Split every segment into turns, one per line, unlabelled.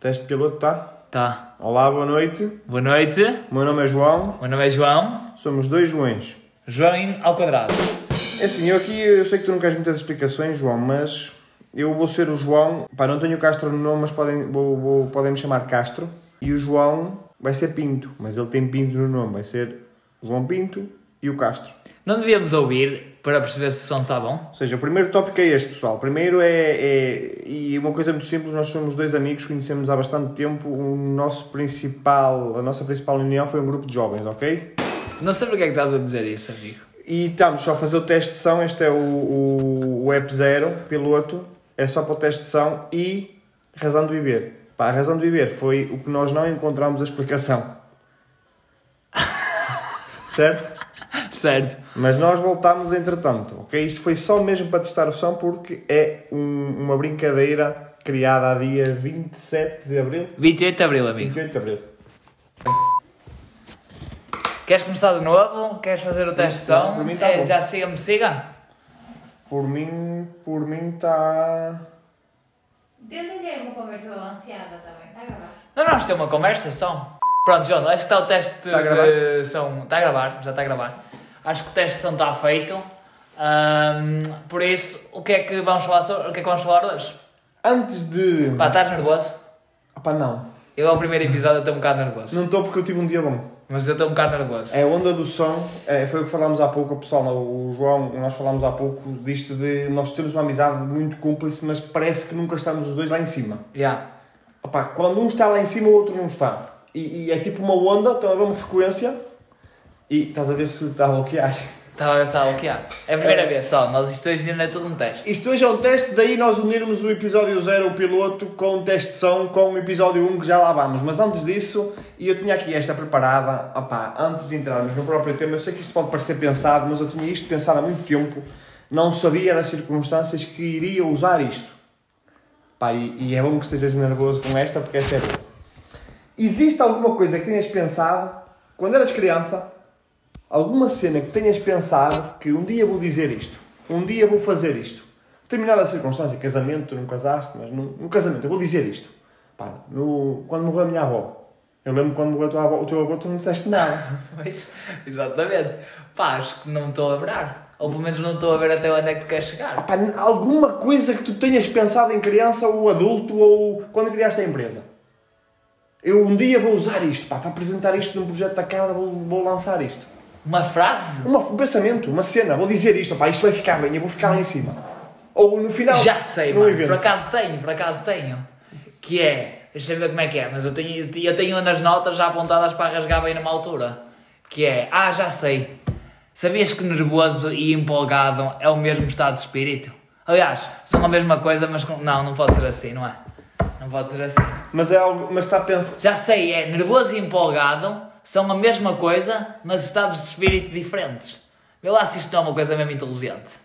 Teste piloto, tá?
Tá.
Olá, boa noite.
Boa noite.
O meu nome é João.
O meu nome é João.
Somos dois Joões.
João ao quadrado.
É assim, eu aqui, eu sei que tu não queres muitas explicações, João, mas eu vou ser o João. Pá, não tenho Castro no nome, mas podem, vou, vou- podem me chamar Castro. E o João vai ser Pinto, mas ele tem Pinto no nome. Vai ser João Pinto e o Castro.
Não devíamos ouvir para perceber se o som está bom?
Ou seja, o primeiro tópico é este, pessoal. O primeiro é, é- E uma coisa muito simples, nós somos dois amigos, conhecemos há bastante tempo. O nosso principal... A nossa principal união foi um grupo de jovens, ok?
Não sei porque é que estás a dizer isso, amigo.
E estamos só a fazer o teste de som. Este é o, o, o App Zero, piloto. É só para o teste de som e razão de viver. Pá, a razão de viver foi o que nós não encontramos a explicação. certo?
Certo.
Mas nós voltámos entretanto, ok? Isto foi só mesmo para testar o som porque é um- uma brincadeira criada a dia 27 de Abril.
28 de Abril, amigo.
28 de Abril.
Queres começar de novo? Queres fazer o teste de som?
Para mim está
é,
bom.
já siga-me, siga.
Por mim, por mim tá está...
Tentem ter uma conversa balanceada também, está a gravar?
Não vamos ter uma conversa só. Pronto, João, acho que está o teste
Está Tá a gravar?
de som. Está a gravar, já está a gravar. Acho que o teste de som está feito. Ahm, por isso, o que é que vamos falar sobre- o que é que vamos falar hoje?
Antes de...
Pá, estás nervoso?
Ah pá, não.
Eu ao primeiro episódio estou um bocado nervoso.
Não estou porque eu tive um dia bom.
Mas eu estou um bocado nervoso.
É a onda do som, é, foi o que falámos há pouco, pessoal, o João, nós falámos há pouco disto de nós temos uma amizade muito cúmplice, mas parece que nunca estamos os dois lá em cima.
Yeah.
Opá, quando um está lá em cima, o outro não está. E, e é tipo uma onda, estão a ver uma frequência e estás a ver se está a bloquear.
Estava a pensar o que há. É a primeira
É.
vez, pessoal. Nós isto hoje ainda é tudo um teste.
Isto hoje é um teste, daí nós unirmos o episódio 0, o piloto, com o teste de som, com o episódio 1 que já lá vamos. Mas antes disso, e eu tinha aqui esta preparada, opá, antes de entrarmos no próprio tema, eu sei que isto pode parecer pensado, mas eu tinha isto pensado há muito tempo, não sabia das circunstâncias que iria usar isto. Pá, e, e é bom que estejas nervoso com esta, porque esta é boa. Existe alguma coisa que tenhas pensado, quando eras criança, alguma cena que tenhas pensado que um dia vou dizer isto, um dia vou fazer isto. Determinada circunstância, casamento, tu não casaste, mas num, num casamento, eu vou dizer isto. Pá, no, quando morreu a minha avó, eu lembro quando morreu a tua avó, o teu avô, tu não disseste nada.
Pois, exatamente. Pá, acho que não me estou a lembrar. Ou pelo menos não estou a ver até onde é que tu queres
Ah,
chegar.
pá, n- alguma coisa que tu tenhas pensado em criança ou adulto ou quando criaste a empresa. Eu um dia vou usar isto, pá, para apresentar isto num projeto da Câmara, vou, vou lançar isto.
Uma frase?
Uma- um pensamento, uma cena, vou dizer isto, pá, isto vai ficar bem, eu vou ficar lá em cima. Ou no final.
Já sei,
num
mano.
evento.
Por acaso tenho, por acaso tenho. Que é, deixa eu ver como é que é, mas eu tenho, eu tenho nas notas já apontadas para rasgar bem numa altura. Que é, ah, já sei. Sabias que nervoso e empolgado é o mesmo estado de espírito? Aliás, são a mesma coisa, mas com... não, não pode ser assim, não é? Não pode ser assim.
Mas é algo. Mas está a pensar.
Já sei, é nervoso e empolgado são a mesma coisa, mas estados de espírito diferentes. Vê lá se isto não é uma coisa mesmo inteligente.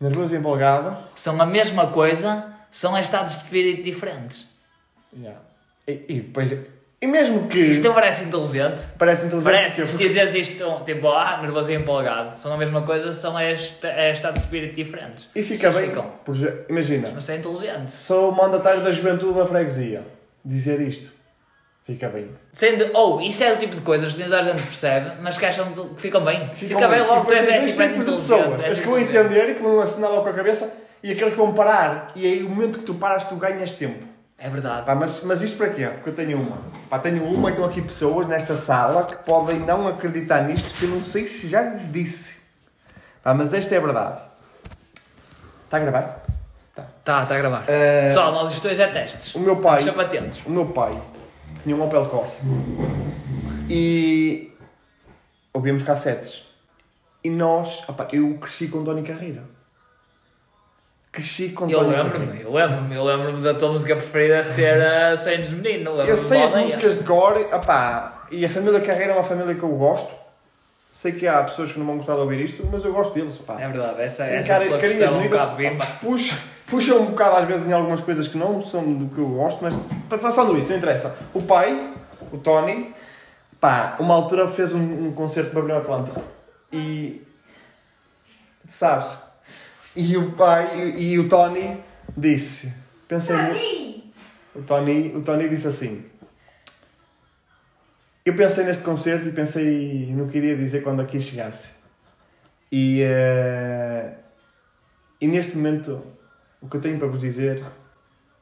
Nervoso e empolgado.
São a mesma coisa, são estados de espírito diferentes.
E, e depois. E mesmo que.
Isto não parece inteligente.
Parece inteligente.
Parece, se
é porque-
dizes isto, tipo, ah, nervoso e empolgado, são a mesma coisa, são est- é estados de espírito diferentes.
E fica
Sim,
bem.
é- ficam.
proje- Imagina.
Mas é inteligente.
Sou o mandatário da juventude da freguesia. Dizer isto. Fica bem.
Sendo, ou, isto é o tipo de coisas que nem toda a gente percebe, mas que acham que ficam bem.
Ficam
Fica bem,
E
logo, tu
depois
és,
tens
és,
dois
tipo, és
tipos de
inteligente,
pessoas.
és
As que vão
inteligente.
entender e que vão assinar logo com a cabeça e aqueles que vão parar. E é aí, o momento que tu paras, tu ganhas tempo.
É verdade.
Pá, mas, mas isto para quê? Porque eu tenho uma. Pá, tenho uma e estão aqui pessoas nesta sala que podem não acreditar nisto, que eu não sei se já lhes disse. Pá, mas esta é a verdade. Está a gravar?
Tá, tá a gravar.
Eh,
Pessoal, nós isto hoje é testes.
O meu pai.
Estamos sempre atentos.
O meu pai tinha um Opel Corsa. E ouvíamos cassetes. E nós, opá, eu cresci com Tony Carreira. Cresci com
Eu
Tony Carreira.
lembro-me, eu lembro-me, eu lembro-me da tua música preferida ser a Sonhos de Menino. lembro-me
Eu sei
da
as
aldeia.
músicas de core, opá, e a família Carreira é uma família que eu gosto. Sei que há pessoas que não vão gostar de ouvir isto, mas eu gosto deles, opá.
É verdade, essa,
Tem
essa
cara-
tua
carinhas
questão é um
bonitas,
bocado bimba.
puxa, puxa um bocado às vezes em algumas coisas que não são do que eu gosto, mas pa- passando isso, não interessa. O pai, o Tony, pá, uma altura fez um, um concerto para abrir Atlanta e. sabes? E o pai e, e o Tony disse: pensei, mu-
Tony!
O Tony, o Tony disse assim: Eu pensei neste concerto e pensei no que iria dizer quando aqui chegasse. E, eh, e neste momento, o que eu tenho para vos dizer,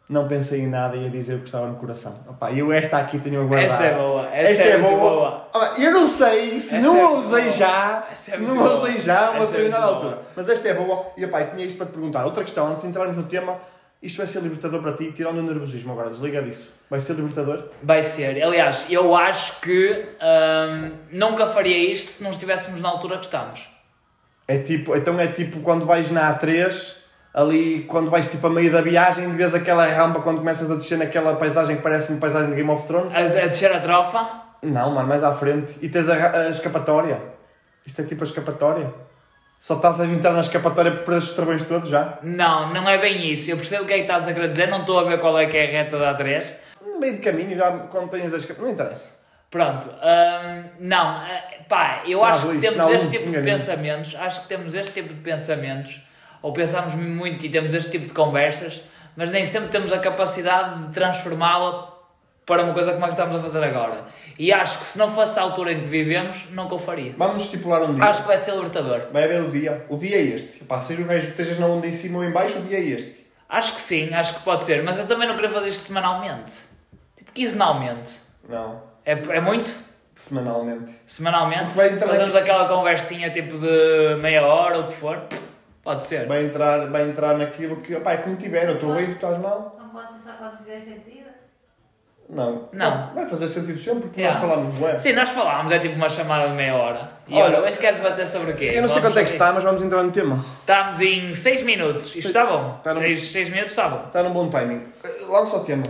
não pensei em nada e ia dizer o que estava no coração. Opa, eu esta aqui tenho a guardar.
Essa é boa, essa é muito boa.
Ah, Eu não sei se
Essa
não
é
a
muito
usei
boa.
já,
Essa é
se não
muito
a
boa.
usei já a uma
Essa é
determinada
muito
altura.
boa.
Mas esta é boa. E pai, tinha isto para te perguntar. Outra questão, antes de entrarmos no tema, isto vai ser libertador para ti, tirando o nervosismo agora, desliga disso. Vai ser libertador?
Vai ser. Aliás, eu acho que hum, nunca faria isto se não estivéssemos na altura que estamos.
É tipo, então é tipo quando vais na A3, ali quando vais tipo a meio da viagem e vês aquela rampa quando começas a descer naquela paisagem que parece uma paisagem de Game of Thrones.
Ah.
A, a descer a trofa?
Não, mano, mais à frente. E tens a, ra- a escapatória. Isto é tipo a escapatória. Só estás a entrar na escapatória por perder os travões todos já.
Não, não é bem isso. Eu percebo o que é que estás a querer dizer, não estou a ver qual é que é a reta da 3.
No meio de caminho já quando tens a escapatória. Não interessa.
Pronto, hum, não, eh, pá, eu
Não há
acho
dois,
que temos
não há
este
um,
tipo de
ninguém.
pensamentos, acho que temos este tipo de pensamentos, ou pensamos muito e temos este tipo de conversas, mas nem sempre temos a capacidade de transformá-la para uma coisa como a que estamos a fazer agora. E acho que se não fosse a altura em que vivemos, nunca o faria.
Vamos estipular um dia.
Acho que vai ser libertador.
Vai haver o dia. O dia é este. Pá, seja o gajo que estejas na onda em cima ou em baixo, o dia é este.
Acho que sim, acho que pode ser, mas eu também não queria fazer isto semanalmente. Tipo, quinzenalmente.
Não.
É, é muito?
Semanalmente.
Semanalmente?
Vai entrar
Fazemos aquela conversinha tipo de meia hora ou o que for? Pode ser.
Vai entrar, vai entrar naquilo que. Pá, é como tiver. Eu estou bem, tu estás mal.
Não pode ser só quando fizer sentido.
Não.
Não.
Vai fazer sentido sempre porque
Yeah.
nós falámos bué.
Sim, nós falámos, é tipo uma chamada de meia hora. E
Olha,
olha, hoje queres bater sobre o quê?
Eu não sei
Vamos
quanto é que
sobre
está, mas vamos entrar no tema.
isto. Estamos em 6 minutos, isto está bom.
Está no-
6 minutos está bom.
Está Tá num bom timing. Eh, Lança o tema.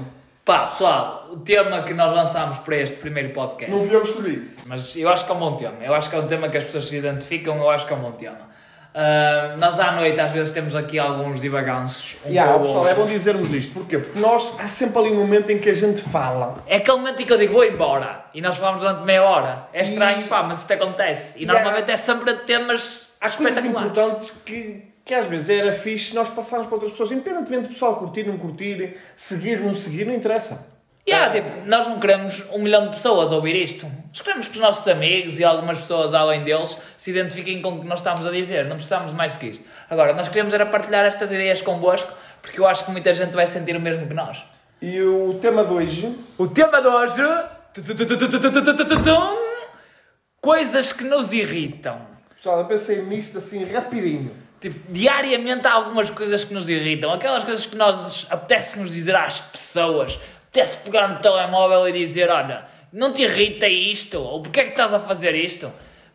Pá, pessoal, o tema que nós lançámos para este primeiro podcast.
Não fui eu que escolhi.
Mas eu acho que é um bom tema. Eu acho que é um tema que as pessoas se identificam, eu acho que é um bom tema. Ah, nós à noite às vezes temos aqui alguns divaganços. um
Yeah,
com o
pessoal,
outro.
é bom dizermos isto. Porquê? Porque nós, há sempre ali um momento em que a gente fala.
É aquele momento em que eu digo vou embora e nós falamos durante meia hora. É estranho,
E-
pá, mas isto acontece.
e
E
há-
normalmente é sempre de temas
Há coisas
espetaculares.
importantes que, que às vezes era fixe nós passarmos para outras pessoas. Independentemente do pessoal curtir, não curtir, seguir, não seguir, não interessa.
E há, tipo, nós não queremos um milhão de pessoas ouvir isto. Nós queremos que os nossos amigos e algumas pessoas além deles se identifiquem com o que nós estamos a dizer. Não precisamos mais do que isto. Agora, nós queremos era partilhar estas ideias convosco porque eu acho que muita gente vai sentir o mesmo que nós.
E o tema de hoje.
O tema de hoje. tu, tu, tu, tu, tu, tu, tu, tu, tu, tu, tum, Coisas que nos irritam.
Pessoal, eu pensei nisto assim rapidinho.
Tipo, diariamente há algumas coisas que nos irritam. Aquelas coisas que nós apetece-nos dizer às pessoas. Apetece pegar no telemóvel e dizer: Olha, não te irrita isto? Ou porquê é que estás a fazer isto?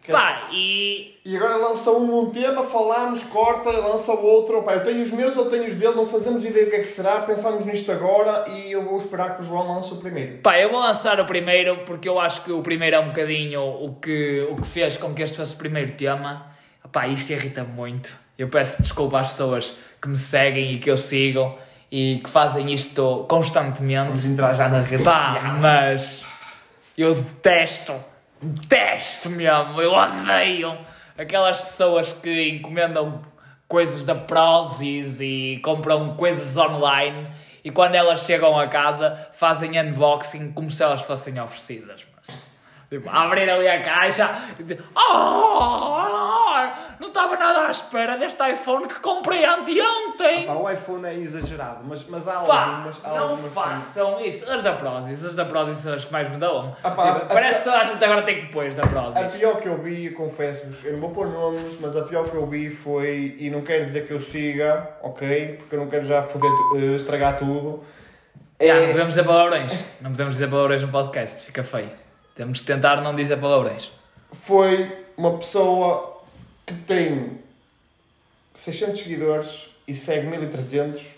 Pá, e.
E agora lança um um tema, falamos, corta, lança o outro. Opa, eu tenho os meus, eu tenho os dele, não fazemos ideia o que é que será. Pensámos nisto agora e eu vou esperar que o João lance o primeiro.
Pá, eu vou lançar o primeiro porque eu acho que o primeiro é um bocadinho o que, o que fez com que este fosse o primeiro tema. Pá, isto irrita-me muito. Eu peço desculpa às pessoas que me seguem e que eu sigo e que fazem isto constantemente.
entrar já na rede
Pá, mas eu detesto, detesto mesmo, eu odeio aquelas pessoas que encomendam coisas da Prozis e compram coisas online e quando elas chegam a casa fazem unboxing como se elas fossem oferecidas. Mas, tipo, abrir ali a caixa e de- oh, não estava nada à espera deste iPhone que comprei anteontem.
Pá, o iPhone é exagerado, mas, mas há
Pá,
algumas. há
não
algumas que são-
façam isso. As da Prozis, as da Prozis são as que mais me dão.
Ah pá,
Tipo,
a-
Parece que toda a gente agora tem que pôr as da
A
Prozis.
pior que eu vi, confesso-vos, eu não vou pôr nomes, mas a pior que eu vi foi, e não quero dizer que eu siga, ok? Porque eu não quero já foder, tu- eh, estragar tudo.
Já, não
É-
podemos dizer palavrões. Não podemos dizer palavrões no podcast, fica feio. Temos de tentar não dizer palavrões.
foi uma pessoa que tem 600 seguidores e segue 1300.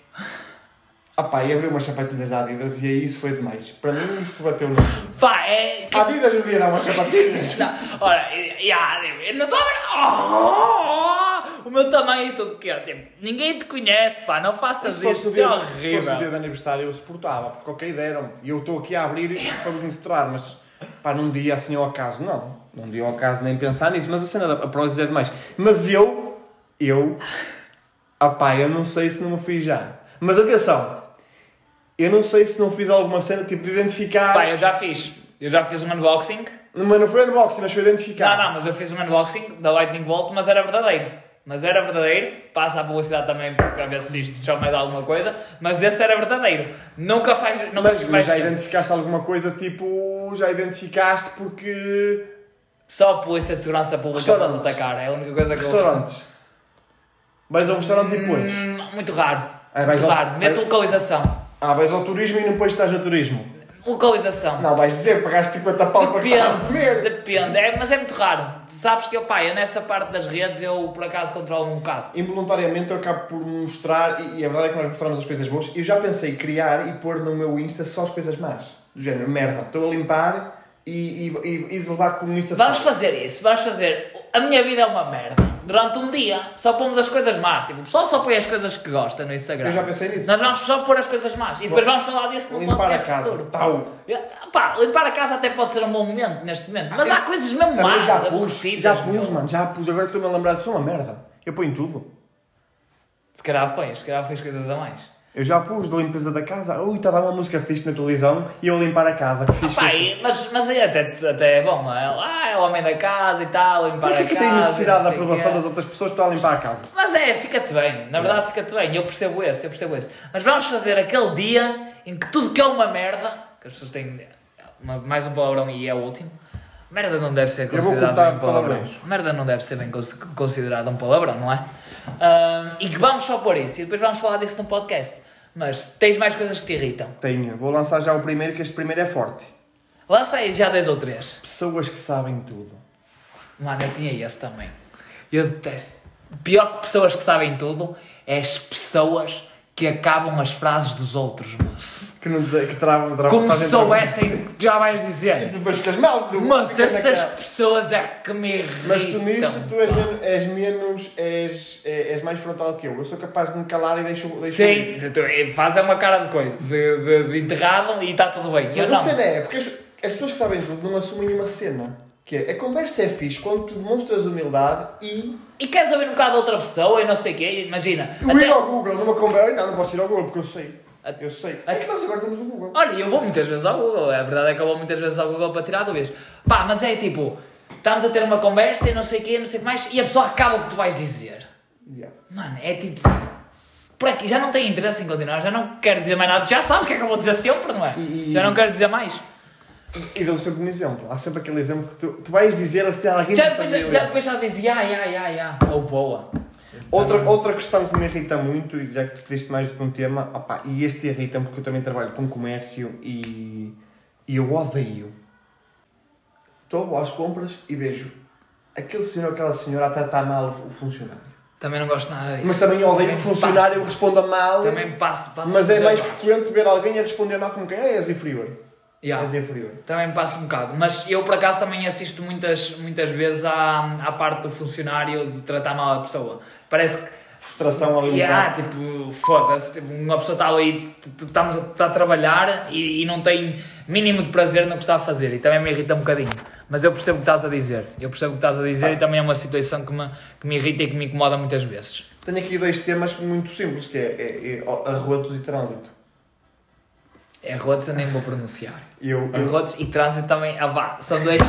Ah pá, e abriu umas sapatilhas da Adidas e aí isso foi demais. Para mim isso bateu no fundo.
Pá, é.
A Adidas um dia dá umas sapatilhas.
Não, ora, e- e há, tipo, eu não estou a ver. Oh, oh, o meu tamanho e tudo o que é. Tipo, ninguém te conhece, pá, não faças
Se fosse,
isso.
o
Isso é
dia, se fosse o dia
horrível.
de aniversário eu suportava, porque ok deram. E eu estou aqui a abrir para vos mostrar, mas pá, num dia assim ao acaso, não. Num dia ao acaso nem pensar nisso, mas a cena da a Prozis é demais. Mas eu, eu, ah pá, eu não sei se não me fiz já. Mas atenção, Eu não sei se não fiz alguma cena tipo de identificar.
Pá, eu já fiz. Eu já fiz um unboxing.
Mas não foi unboxing, mas foi
Não,
identificar.
não, mas eu fiz um unboxing da Lightning Bolt, mas era verdadeiro. Mas era verdadeiro. Passa a publicidade também para ver se isto chama mais alguma coisa. Mas esse era verdadeiro. Nunca faz. Nunca
Mas,
faz-
mas já identificaste alguma coisa tipo. Já identificaste porque.
Só a polícia de segurança pública para nos
Restaurantes.
atacar. É a única coisa que
Restaurantes. Vais a um restaurante e
eu.
pões.
Hum, muito raro.
Ah, vais
muito
ao-
raro. Mete
vais-
localização.
Ah, vais ao turismo e não pões que estás no turismo.
Localização.
Não, vais dizer, pagaste 50 pau para cá
Depende,
comer.
depende, é, mas é muito raro. Sabes que eu, pá, eu nessa parte das redes eu por acaso controlo um bocado.
Involuntariamente eu acabo por mostrar, e, e a verdade é que nós mostramos as coisas boas. Eu já pensei criar e pôr no meu Insta só as coisas más. Do género, merda, estou a limpar e, e, e, e deslevar com o Insta
Vamos
só.
fazer isso, vamos fazer. A minha vida é uma merda. Durante um dia, só pomos as coisas más. Tipo, o pessoal só põe as coisas que gosta no Instagram.
Eu já pensei nisso.
Nós vamos só pôr as coisas más. E depois vamos falar disso no
Limpar a
podcast
casa,
futuro.
tal.
Eu- Pá, limpar a casa até pode ser um bom momento neste momento. Mas
Ah, eu-
há coisas mesmo
Também
más.
já pus,
aborrecidas,
já pus,
meu.
mano, já pus. Agora estou-me a lembrar disso, é uma merda. Eu ponho tudo.
Se calhar pões, se calhar fez coisas a mais.
Eu já pus da limpeza da casa. Ui, estava uma música fixe na televisão e eu a limpar a casa. Que fixe.
Pá,
que
e- mas, mas aí até, até é bom, não é? Ah, é o homem da casa e tal, limpar
Para que é
a
que
casa.
tem necessidade da
não sei o
aprovação
quê.
das outras pessoas para limpar a casa?
Mas é, fica-te bem, na verdade fica-te bem, eu percebo esse, eu percebo esse. Mas vamos fazer aquele dia em que tudo que é uma merda, que as pessoas têm uma- mais um palavrão e é o último, merda não deve ser
Eu vou
considerada
cortar
um palavrão.
palavrões.
Merda não deve ser bem cons- considerada um palavrão, não é? Ahm, e que vamos só pôr isso, e depois vamos falar disso no podcast. Mas tens mais coisas que te irritam.
Tenho. Vou lançar já o primeiro, que este primeiro é forte.
Lança aí já dois ou três.
Pessoas que sabem tudo.
Mano, eu tinha esse também. Eu detesto. Pior que pessoas que sabem tudo é as pessoas que acabam as frases dos outros, moço.
Que, não, que travam, travam.
Como
fazem
se soubessem que já vais dizer.
travam. Mas que as mal, tu.
Moço,
ficas na
essas
cara.
pessoas é que me irritam.
Mas tu nisso, tu és
pá.
menos, és, menos és, é- és mais frontal que eu. Eu sou capaz de me calar e deixo. deixo
Sim, tu- tu- fazem uma cara de coisa, de, de, de enterrado e está tudo bem. Eu
Mas a
não.
cena é, porque as, as pessoas que sabem tudo não assumem uma cena. Que é, a conversa é fixe quando tu demonstras humildade e.
E queres ouvir um bocado de outra pessoa e não sei o quê, imagina.
Eu ir
Até-
ao Google numa conversa. Não, não posso ir ao Google porque eu sei.
Até-
Eu sei. É que nós agora temos o Google.
Olha, eu vou muitas vezes ao Google, a verdade é que eu vou muitas vezes ao Google para tirar dúvidas. Pá, mas é tipo, estamos a ter uma conversa e não sei o quê, não sei o que mais, e a pessoa acaba o que tu vais dizer.
Yeah.
Mano, é tipo. Por aqui já não tenho interesse em continuar, já não quero dizer mais nada, já sabes o que é que eu vou dizer sempre, não é?
E-
Já não quero dizer mais.
E dou sempre um exemplo. Há sempre aquele exemplo que tu, tu vais dizer ou se tem alguém
Já
na
depois
família.
já, depois já diz, ya, ya, ya, ya, ou boa.
Outra, outra questão que me irrita muito, e já que tu pediste mais do que um tema, opá, e este irrita porque eu também trabalho com comércio e, e eu odeio. Estou às compras e vejo aquele senhor ou aquela senhora a tratar mal o funcionário.
Também não gosto nada disso.
Mas também odeio que o
me
funcionário
passo.
responda mal,
Também passo, passo.
mas é
por
mais
dentro.
frequente ver alguém a responder mal como quem "Ah, és inferior.
Ya.
És inferior.
Também passa um bocado, mas eu por acaso também assisto muitas, muitas vezes à, à parte do funcionário de tratar mal a pessoa. Parece que.
Frustração ali um no
E há,
yeah.
tipo, foda-se, tipo, uma pessoa está ali, tipo, estamos a, está a trabalhar e, e não tem mínimo de prazer no que está a fazer e também me irrita um bocadinho. Mas eu percebo o que estás a dizer, eu percebo o que estás a dizer e também é uma situação que me, que me irrita e que me incomoda muitas vezes.
Tenho aqui dois temas muito simples, que é, é, é arrotos e trânsito.
É rotos, eu nem vou pronunciar.
Eu, eu,
Arrotos e trânsito também, ah pá, são dois,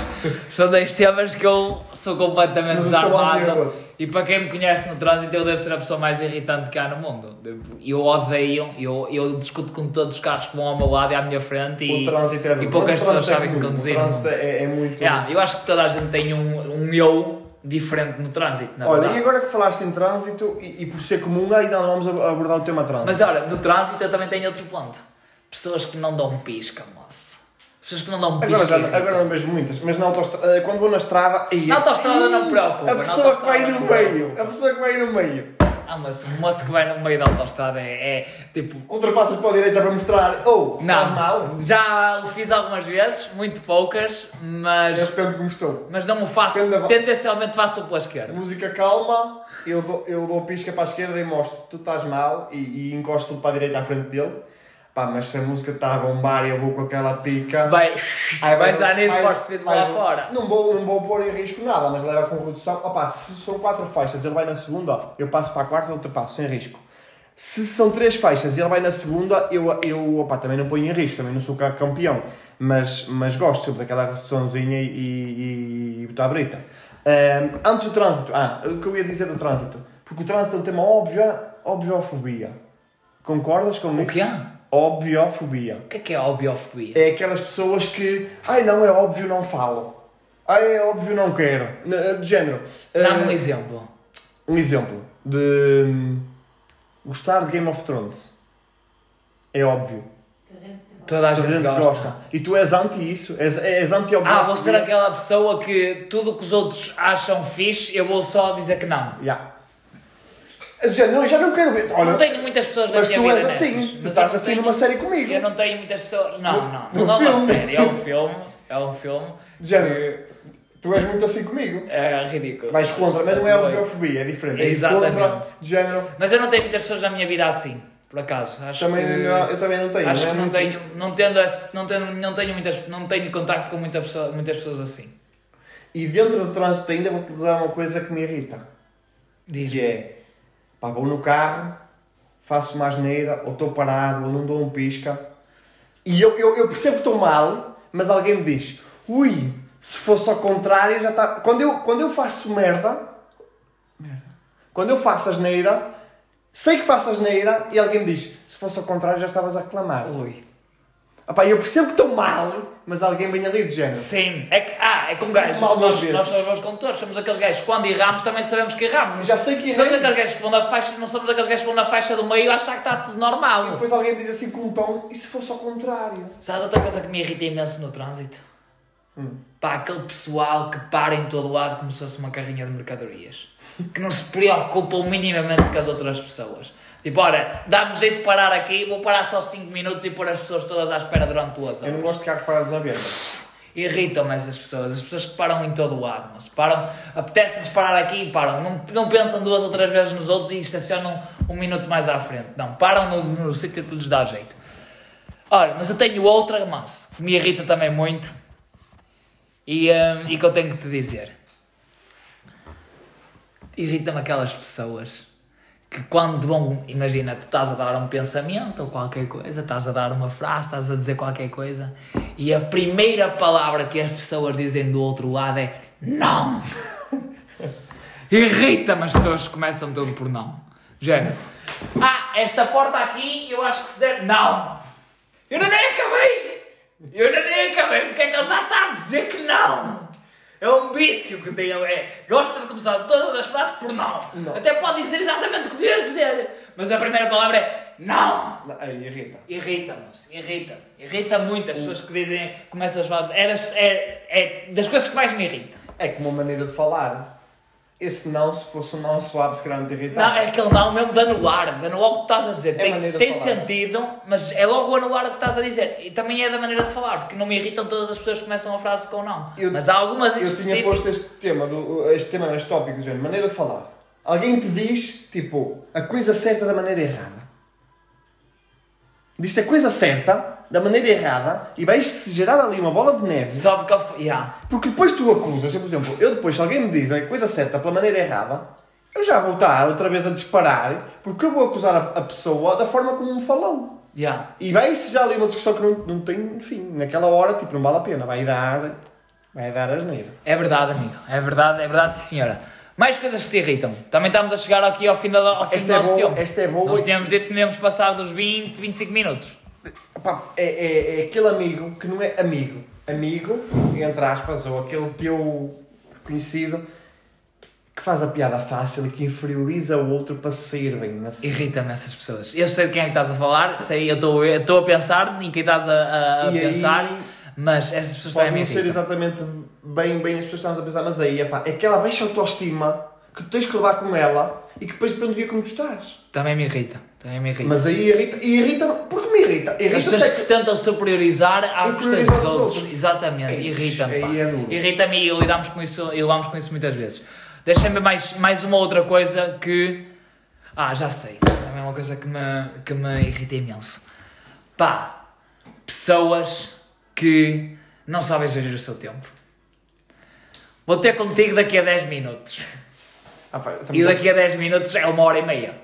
são dois temas que eu sou completamente
Mas eu sou
desarmado.
anti-arroto.
E para quem me conhece no trânsito, eu devo ser a pessoa mais irritante que há no mundo. Eu odeio, eu, eu discuto com todos os carros que vão ao meu lado e à minha frente
O
e,
trânsito é duro.
e poucas
Mas o trânsito
pessoas sabem
é O
conduzir.
trânsito é, é muito.
Yeah, eu acho que toda a gente tem um, um eu diferente no trânsito, na
Olha, e
verdade.
agora que falaste em trânsito, e, e por ser comum, ainda nós vamos ab- abordar o tema trânsito.
Mas olha, do trânsito eu também tenho outro ponto. Pessoas que não dão pisca, moço. Pessoas que não dão pisca.
agora, já,
irritam.
agora não vejo muitas, mas na autostrada, quando vou na estrada. Aí, é
Na autoestrada não me preocupa,
A
na
pessoa que vai
autoestrada
no
não me
meio,
preocupa.
a pessoa que vai no meio,
Ah, mas o moço que vai no meio da autostrada é, é tipo.
ultrapassas para a direita para mostrar, ou oh, faz
Não,
mal,
já o fiz algumas vezes, muito poucas,
mas
mas,
é depende como estou.
mas não o faço.
Depende da-
Tendencialmente faço pela esquerda.
Música calma, eu dou, eu dou pisca para a esquerda e mostro tu estás mal e, e encosto-te para a direita à frente dele. Pá, mas se a música está a bombar e eu vou com aquela pica.
Vai,
Ai,
vai
vai-
dar nem
vai-
force feed lá
vai-
fora.
Não vou, não vou pôr em risco nada, mas leva com redução. Opa, se são quatro faixas, ele vai na segunda, ó, eu passo para a quarta, ultrapasso, sem risco. Se são três faixas e ele vai na segunda, eu, eu opá, também não ponho em risco, também não sou cá campeão. Mas, mas gosto sempre daquela reduçãozinha e, e, e botar a brita. Ahm, antes do trânsito, ah, o que eu ia dizer do trânsito, porque o trânsito é um tema óbvio, óbviofobia. Concordas com
O
isso?
que é?
Óbviofobia.
O que é que é obiofobia?
É aquelas pessoas que, ai não, é óbvio, não falo. Ai, é óbvio, não quero. N- eh, De género.
Dá-me
ah,
um exemplo.
um exemplo de hum, gostar de Game of Thrones. É óbvio.
Toda a gente-
Toda a
Toda a
gente gosta.
E tu és anti isso, és, és anti
Ah, vou ser aquela pessoa que tudo o que os outros acham fixe, eu vou só dizer que não.
Yeah. Eu Já não, já não quero ver. Olha,
não tenho muitas pessoas na
mas
minha
tu
vida
és
nessas,
assim.
mas
tu
eu
estás
não
assim
tenho-
numa série comigo.
Eu não tenho muitas pessoas. Não, não.
no
Não é uma
filme.
série, é um filme.
É um filme.
Já-
que
Tu és muito assim comigo.
É ridículo.
Vais contra, mas não é
Também.
obviofobia, é diferente. É ir
Exatamente.
Contra, de género.
Mas eu não tenho muitas pessoas na minha vida assim, por acaso. Acho
Também,
que,
não- eu também não tenho.
Acho
é
que não
muito-
tenho, não tendo, esse- não tenho, não tenho muitas, não tenho contacto com muita pessoa- muitas pessoas assim.
E dentro do trânsito ainda vou-te dizer uma coisa que me irrita. que
Diz.
é pá, vou no carro, faço uma asneira, ou estou parado, ou não dou um pisca, e eu, eu, eu percebo que estou mal, mas alguém me diz, ui, se fosse ao contrário já está. Quando eu, quando eu faço merda, merda, quando eu faço asneira, sei que faço asneira, e alguém me diz, se fosse ao contrário já estavas a reclamar.
Ui.
Ah, pá, eu percebo que estou mal, mas alguém vem ali de género.
Sim, é que, ah, é como gajos.
Mal
Nós,
das
nós
vezes.
somos bons condutores, somos aqueles gajos que quando erramos também sabemos que erramos.
Já sei que
Somos
errei.
aqueles gajos que vão na faixa, não somos aqueles gajos que vão na faixa do meio achar que está tudo
E
normal.
depois alguém me diz assim com um tom, e se fosse ao contrário?
Sabes outra coisa que me irrita imenso no trânsito?
Hum.
Pá, aquele pessoal que para em todo lado como se fosse uma carrinha de mercadorias. Que não se preocupam minimamente com as outras pessoas. Tipo, ora, dá-me jeito de parar aqui, vou parar só 5 minutos e pôr as pessoas todas à espera durante duas
Eu não
horas.
gosto de carros parados à venda.
Irritam-me essas pessoas, as pessoas que param em todo o lado, mas param, apetece-lhes parar aqui e param, não, não pensam duas ou três vezes nos outros e estacionam um minuto mais à frente, não, param no, no sítio que lhes dá jeito. Ora, mas eu tenho outra, mas que me irrita também muito e, hum, e que eu tenho que te dizer. Irrita-me aquelas pessoas que quando vão, imagina, tu estás a dar um pensamento ou qualquer coisa, estás a dar uma frase, estás a dizer qualquer coisa, e a primeira palavra que as pessoas dizem do outro lado é não! Irrita-me as pessoas que começam tudo por não. Género. Ah, esta porta aqui, eu acho que se der. Não! Eu ainda nem acabei! Eu ainda nem acabei, porque é que ele já está a dizer que não! É um vício que tem, é. Gosta de começar todas as frases por não.
Não.
Até pode dizer exatamente o que devias dizer, mas a primeira palavra é não!
Não, Aí irrita.
Irrita-me, irrita-me. Irrita muito as pessoas que dizem, começam as frases. É das, é, é das coisas que mais me irritam.
É que uma maneira de falar. Esse não, se fosse um não suave, se calhar não te irritava.
Não, é aquele não mesmo de anular, de anular o que estás a dizer. tem
É maneira de
tem
falar.
sentido, mas é logo anular o que estás a dizer. E também é da maneira de falar, porque não me irritam todas as pessoas que começam a frase com não.
Eu-
mas há algumas em
Eu tinha
específico.
posto este tema, do, este tema, este tópico, do género, maneira de falar. Alguém te diz, tipo, a coisa certa da maneira errada. Diz-te a coisa certa, da maneira errada, e vais-se gerar ali uma bola de neve.
Só porque eu fui- yeah.
Porque depois tu acusas, eu, por exemplo, eu depois, se alguém me diz a coisa certa pela maneira errada, eu já vou estar outra vez a disparar, porque eu vou acusar a- a pessoa da forma como me falou.
Yeah.
E vai se já ali uma discussão que não, não tem fim. Naquela hora, tipo, não vale a pena. Vai dar. Vai dar asneira.
É verdade, amigo. É verdade, é verdade, senhora. Mais coisas que te irritam. Também estamos a chegar aqui ao fim do, ao fim
Esta
do
é
nosso
boa,
tempo.
esta é boa.
Nós tínhamos dito que tínhamos passado dos 20, 25 minutos.
Epá, é, é, é aquele amigo que não é amigo. Amigo, entre aspas, ou aquele teu conhecido que faz a piada fácil e que inferioriza o outro para ser bem. Mas...
Irrita-me essas pessoas. Eu sei de quem é que estás a falar, sei, eu estou eu estou a pensar em quem estás a, a- a
E aí-
pensar, mas essas pessoas
Pode
também
não
me
ser
irritam.
exatamente bem, bem as pessoas que estamos a pensar, mas aí, epá, é aquela baixa autoestima que tu tens que levar com ela e que depois depende do dia como tu estás.
Também me irrita. Também me irrita.
Mas aí irrita, e irrita porque me irrita.
As
Irrita-se
pessoas
é
que
que-
se tentam superiorizar à custa
Inferiorizar os
dos outros.
outros.
Exatamente,
Ei,
irrita-me.
aí
pá.
é duro.
Irrita-me e lidamos com isso, e lidamos com isso muitas vezes. Deixem-me ver mais, mais uma outra coisa que. Ah, já sei. Também é uma coisa que me, que me irrita imenso. Pá, pessoas que não sabem gerir o seu tempo. Vou ter contigo daqui a 10 minutos.
Ah, pá, eu também
E daqui a 10 minutos é uma hora e meia.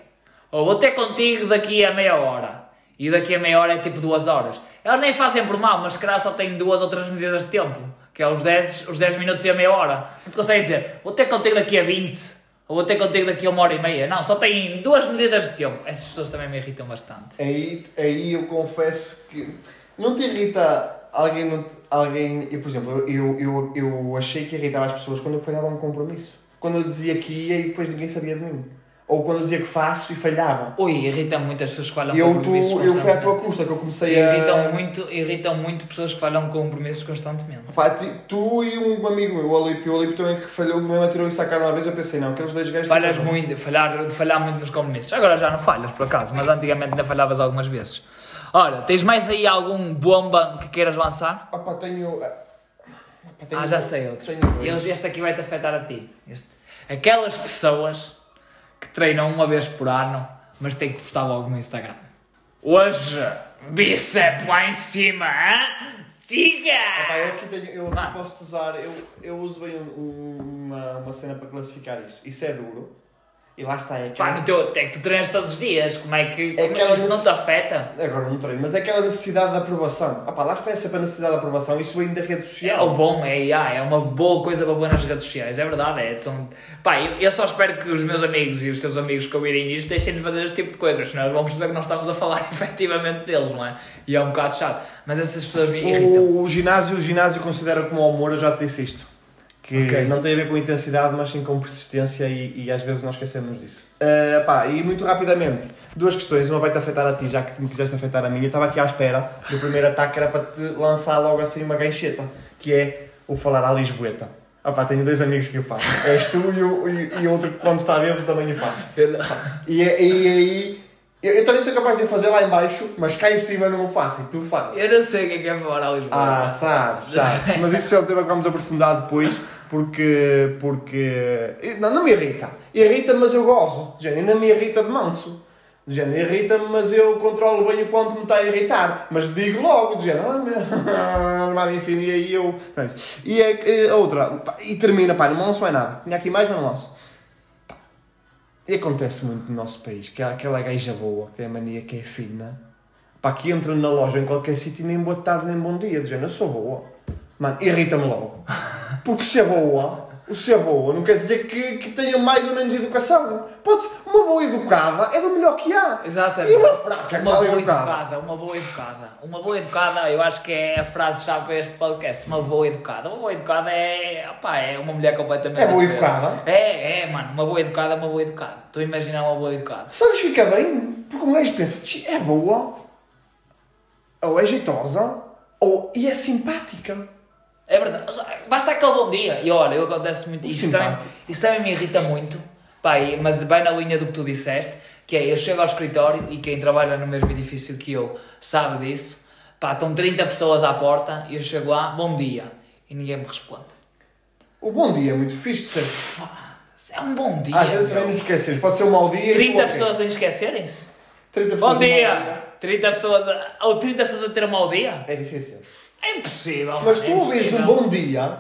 Ou vou ter contigo daqui a meia hora. E daqui a meia hora é tipo duas horas. Elas nem fazem por mal, mas se calhar só têm duas ou três medidas de tempo. Que é os 10, os 10 minutos e a meia hora. Não te conseguem dizer, vou ter contigo daqui a 20. Ou vou ter contigo daqui a uma hora e meia. Não, só têm duas medidas de tempo. Essas pessoas também me irritam bastante.
Aí, aí eu confesso que não te irrita alguém. Não te- alguém eu, por exemplo, eu, eu, eu achei que irritava as pessoas quando eu falhava a um compromisso. Quando eu dizia que ia e depois ninguém sabia de mim. Ou quando eu dizia que faço e falhava.
Ui, irritam muito as pessoas que falham
eu, tu,
compromissos
eu fui à tua
constantemente.
custa que eu comecei a.
Irritam muito, irritam muito pessoas que falham compromissos constantemente.
Pá, ti- tu e um amigo meu, o Olímpio, o Olímpio também que falhou, mesmo atirou isso à cara uma vez, eu pensei, não, aqueles dois gajos...
Falhas muito, falhar, falhar muito nos compromissos. Agora já não falhas, por acaso, mas antigamente ainda falhavas algumas vezes. Ora, tens mais aí algum bomba que queiras lançar?
Ah pá, tenho... ah, pá, tenho-
Ah, já sei outro.
Tenho dois.
Eles- Este aqui vai-te afetar a ti. Este. Aquelas pessoas que treinam uma vez por ano, mas têm que postar logo no Instagram. Hoje, bíceps lá em cima,
Ah,
hã?
pá,
Siga!
eu aqui tenho, eu
Vá.
aqui posso usar, eu, eu uso bem um- um- uma, uma cena para classificar isto. Isso é duro. E lá está, é
Pá,
aquela...
no teu, é que tu treinas todos os dias, como é
É
que, como é que
aquela
isso não te
necess-
afeta?
Agora não treino, mas é aquela necessidade de aprovação. Ah pá, lá está essa para necessidade de aprovação, isso vem da rede
É o
social.
bom, é, ah, é uma boa coisa para pôr nas redes sociais, é verdade. É, são... Pá, eu, eu só espero que os meus amigos e os teus amigos que ouvirem isto deixem de fazer este tipo de coisas, senão eles vão perceber que nós estamos a falar efetivamente deles, não é? E é um bocado chato. Mas essas pessoas me irritam.
O, o ginásio, o ginásio considera como amor, eu já te disse isto. Que
Ok.
não tem a ver com intensidade, mas sim com persistência e, e às vezes nós esquecemos disso. Ah, pá, e muito rapidamente, duas questões. Uma vai-te afetar a ti, já que me quiseste afetar a mim. Eu estava aqui à espera do primeiro ataque, era para te lançar logo assim uma gancheta, que é o falar à Lisboeta. Ah pá, tenho dois amigos que o fazem. És tu e, o, e, e outro que quando está bêbado também o faz. E, e aí, eu, eu também sou capaz de o fazer lá em baixo, mas cá em cima não o faço e tu fazes.
Eu não sei o que é que é falar a Lisboa.
Ah, sabes, sabes. Mas isso é um tema que vamos aprofundar depois, porque. porque eh, não, não me irrita. Irrita-me, mas eu gozo. De género, não me irrita de manso. De género, irrita-me, mas eu controlo bem o quanto me está a irritar. Mas digo logo, de género, "Ah, armada infinita e eu. pronto. E é que, eh, a outra, pá, e termina, pá, não lanço mais nada. Tinha aqui mais, mas não lanço. Pá, E acontece muito no nosso país, que há aquela gaja boa que tem a mania que é fina Pá, que entra na loja em qualquer sítio e nem boa tarde nem bom dia, dizendo eu sou boa. Mano, irrita-me logo. Porque se é boa, o se é boa não quer dizer que, que tenha mais ou menos educação. Pode ser, uma boa educada é do melhor que há.
Exatamente.
E uma fraca é
uma
mal
boa
educada.
educada, uma boa educada. Uma boa educada, eu acho que é a frase-chave para este podcast. Uma boa educada. Uma boa educada é, opá, é uma mulher completamente.
É boa
diferente.
educada?
É, é, mano. Uma boa educada é uma boa educada. Estou a imaginar uma boa educada.
Só lhes fica bem, porque um gajo pensa, "Tchi, é boa, ou é jeitosa, ou e é simpática.
É verdade. Só- Basta aquele bom dia. E olha, eu acontece muito. Isso também,
Simpático.
isso também me irrita muito. Pai, mas bem na linha do que tu disseste, que é eu chego ao escritório e quem trabalha no mesmo edifício que eu sabe disso. Pá, estão 30 pessoas à porta e eu chego lá, bom dia. E ninguém me responde.
O bom dia é muito fixe de ser.
Pá, é um bom dia.
Às vezes também
meu.
nos esquecemos, pode ser um mau dia
30
e tu, ok.
pessoas a esquecerem-se.
30 pessoas.
Bom
um mau
dia! 30 pessoas a... ou 30 pessoas a ter um mau dia?
É difícil.
É impossível.
Mas
mano,
tu
é
ouves um
impossível.
bom dia,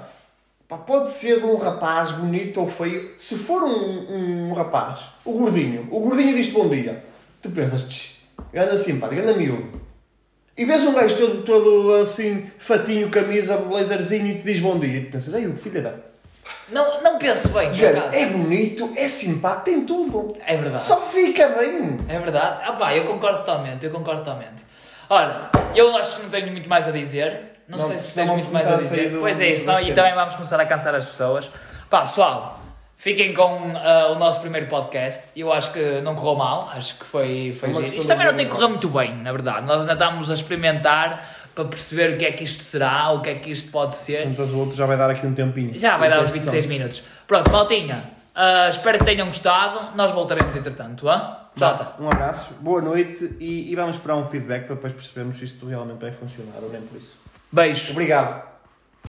pá, pode ser de um rapaz bonito ou feio. Se for um, um rapaz, o gordinho, o gordinho diz-te bom dia, tu pensas, "Tch, anda simpático, anda miúdo. E vês um gajo todo, todo assim, fatinho, camisa, blazerzinho e te diz bom dia. E tu pensas, ei, o filho é da.
Não, não penso bem, por
Género,
acaso.
é bonito, é simpático, tem tudo.
É verdade.
Só fica bem.
É verdade. Ah pá, eu concordo totalmente, eu concordo totalmente. Ora, eu acho que não tenho muito mais a dizer. Não,
Não,
sei se
senão vamos
tens muito mais a
começar a
dizer.
sair do-
pois é, isso.
da
não- E
cena.
também vamos começar a cansar as pessoas. Pá, pessoal, fiquem com ah, o nosso primeiro podcast. Eu acho que não correu mal, acho que foi, foi
É Uma
giro.
questão
Isto também
de
não tem que correr muito bem, na verdade. Nós ainda estamos a experimentar para perceber o que é que isto será, o que é que isto pode ser.
Juntas o outro já vai dar aqui um tempinho.
Já vai dar uns
Sim,
26 minutos. Pronto, maltinha, ah, espero que tenham gostado. Nós voltaremos entretanto, hã? Jota.
Um abraço, boa noite e, e vamos esperar um feedback para depois percebermos se isto realmente vai funcionar ou nem por isso.
Beijo.
Obrigado.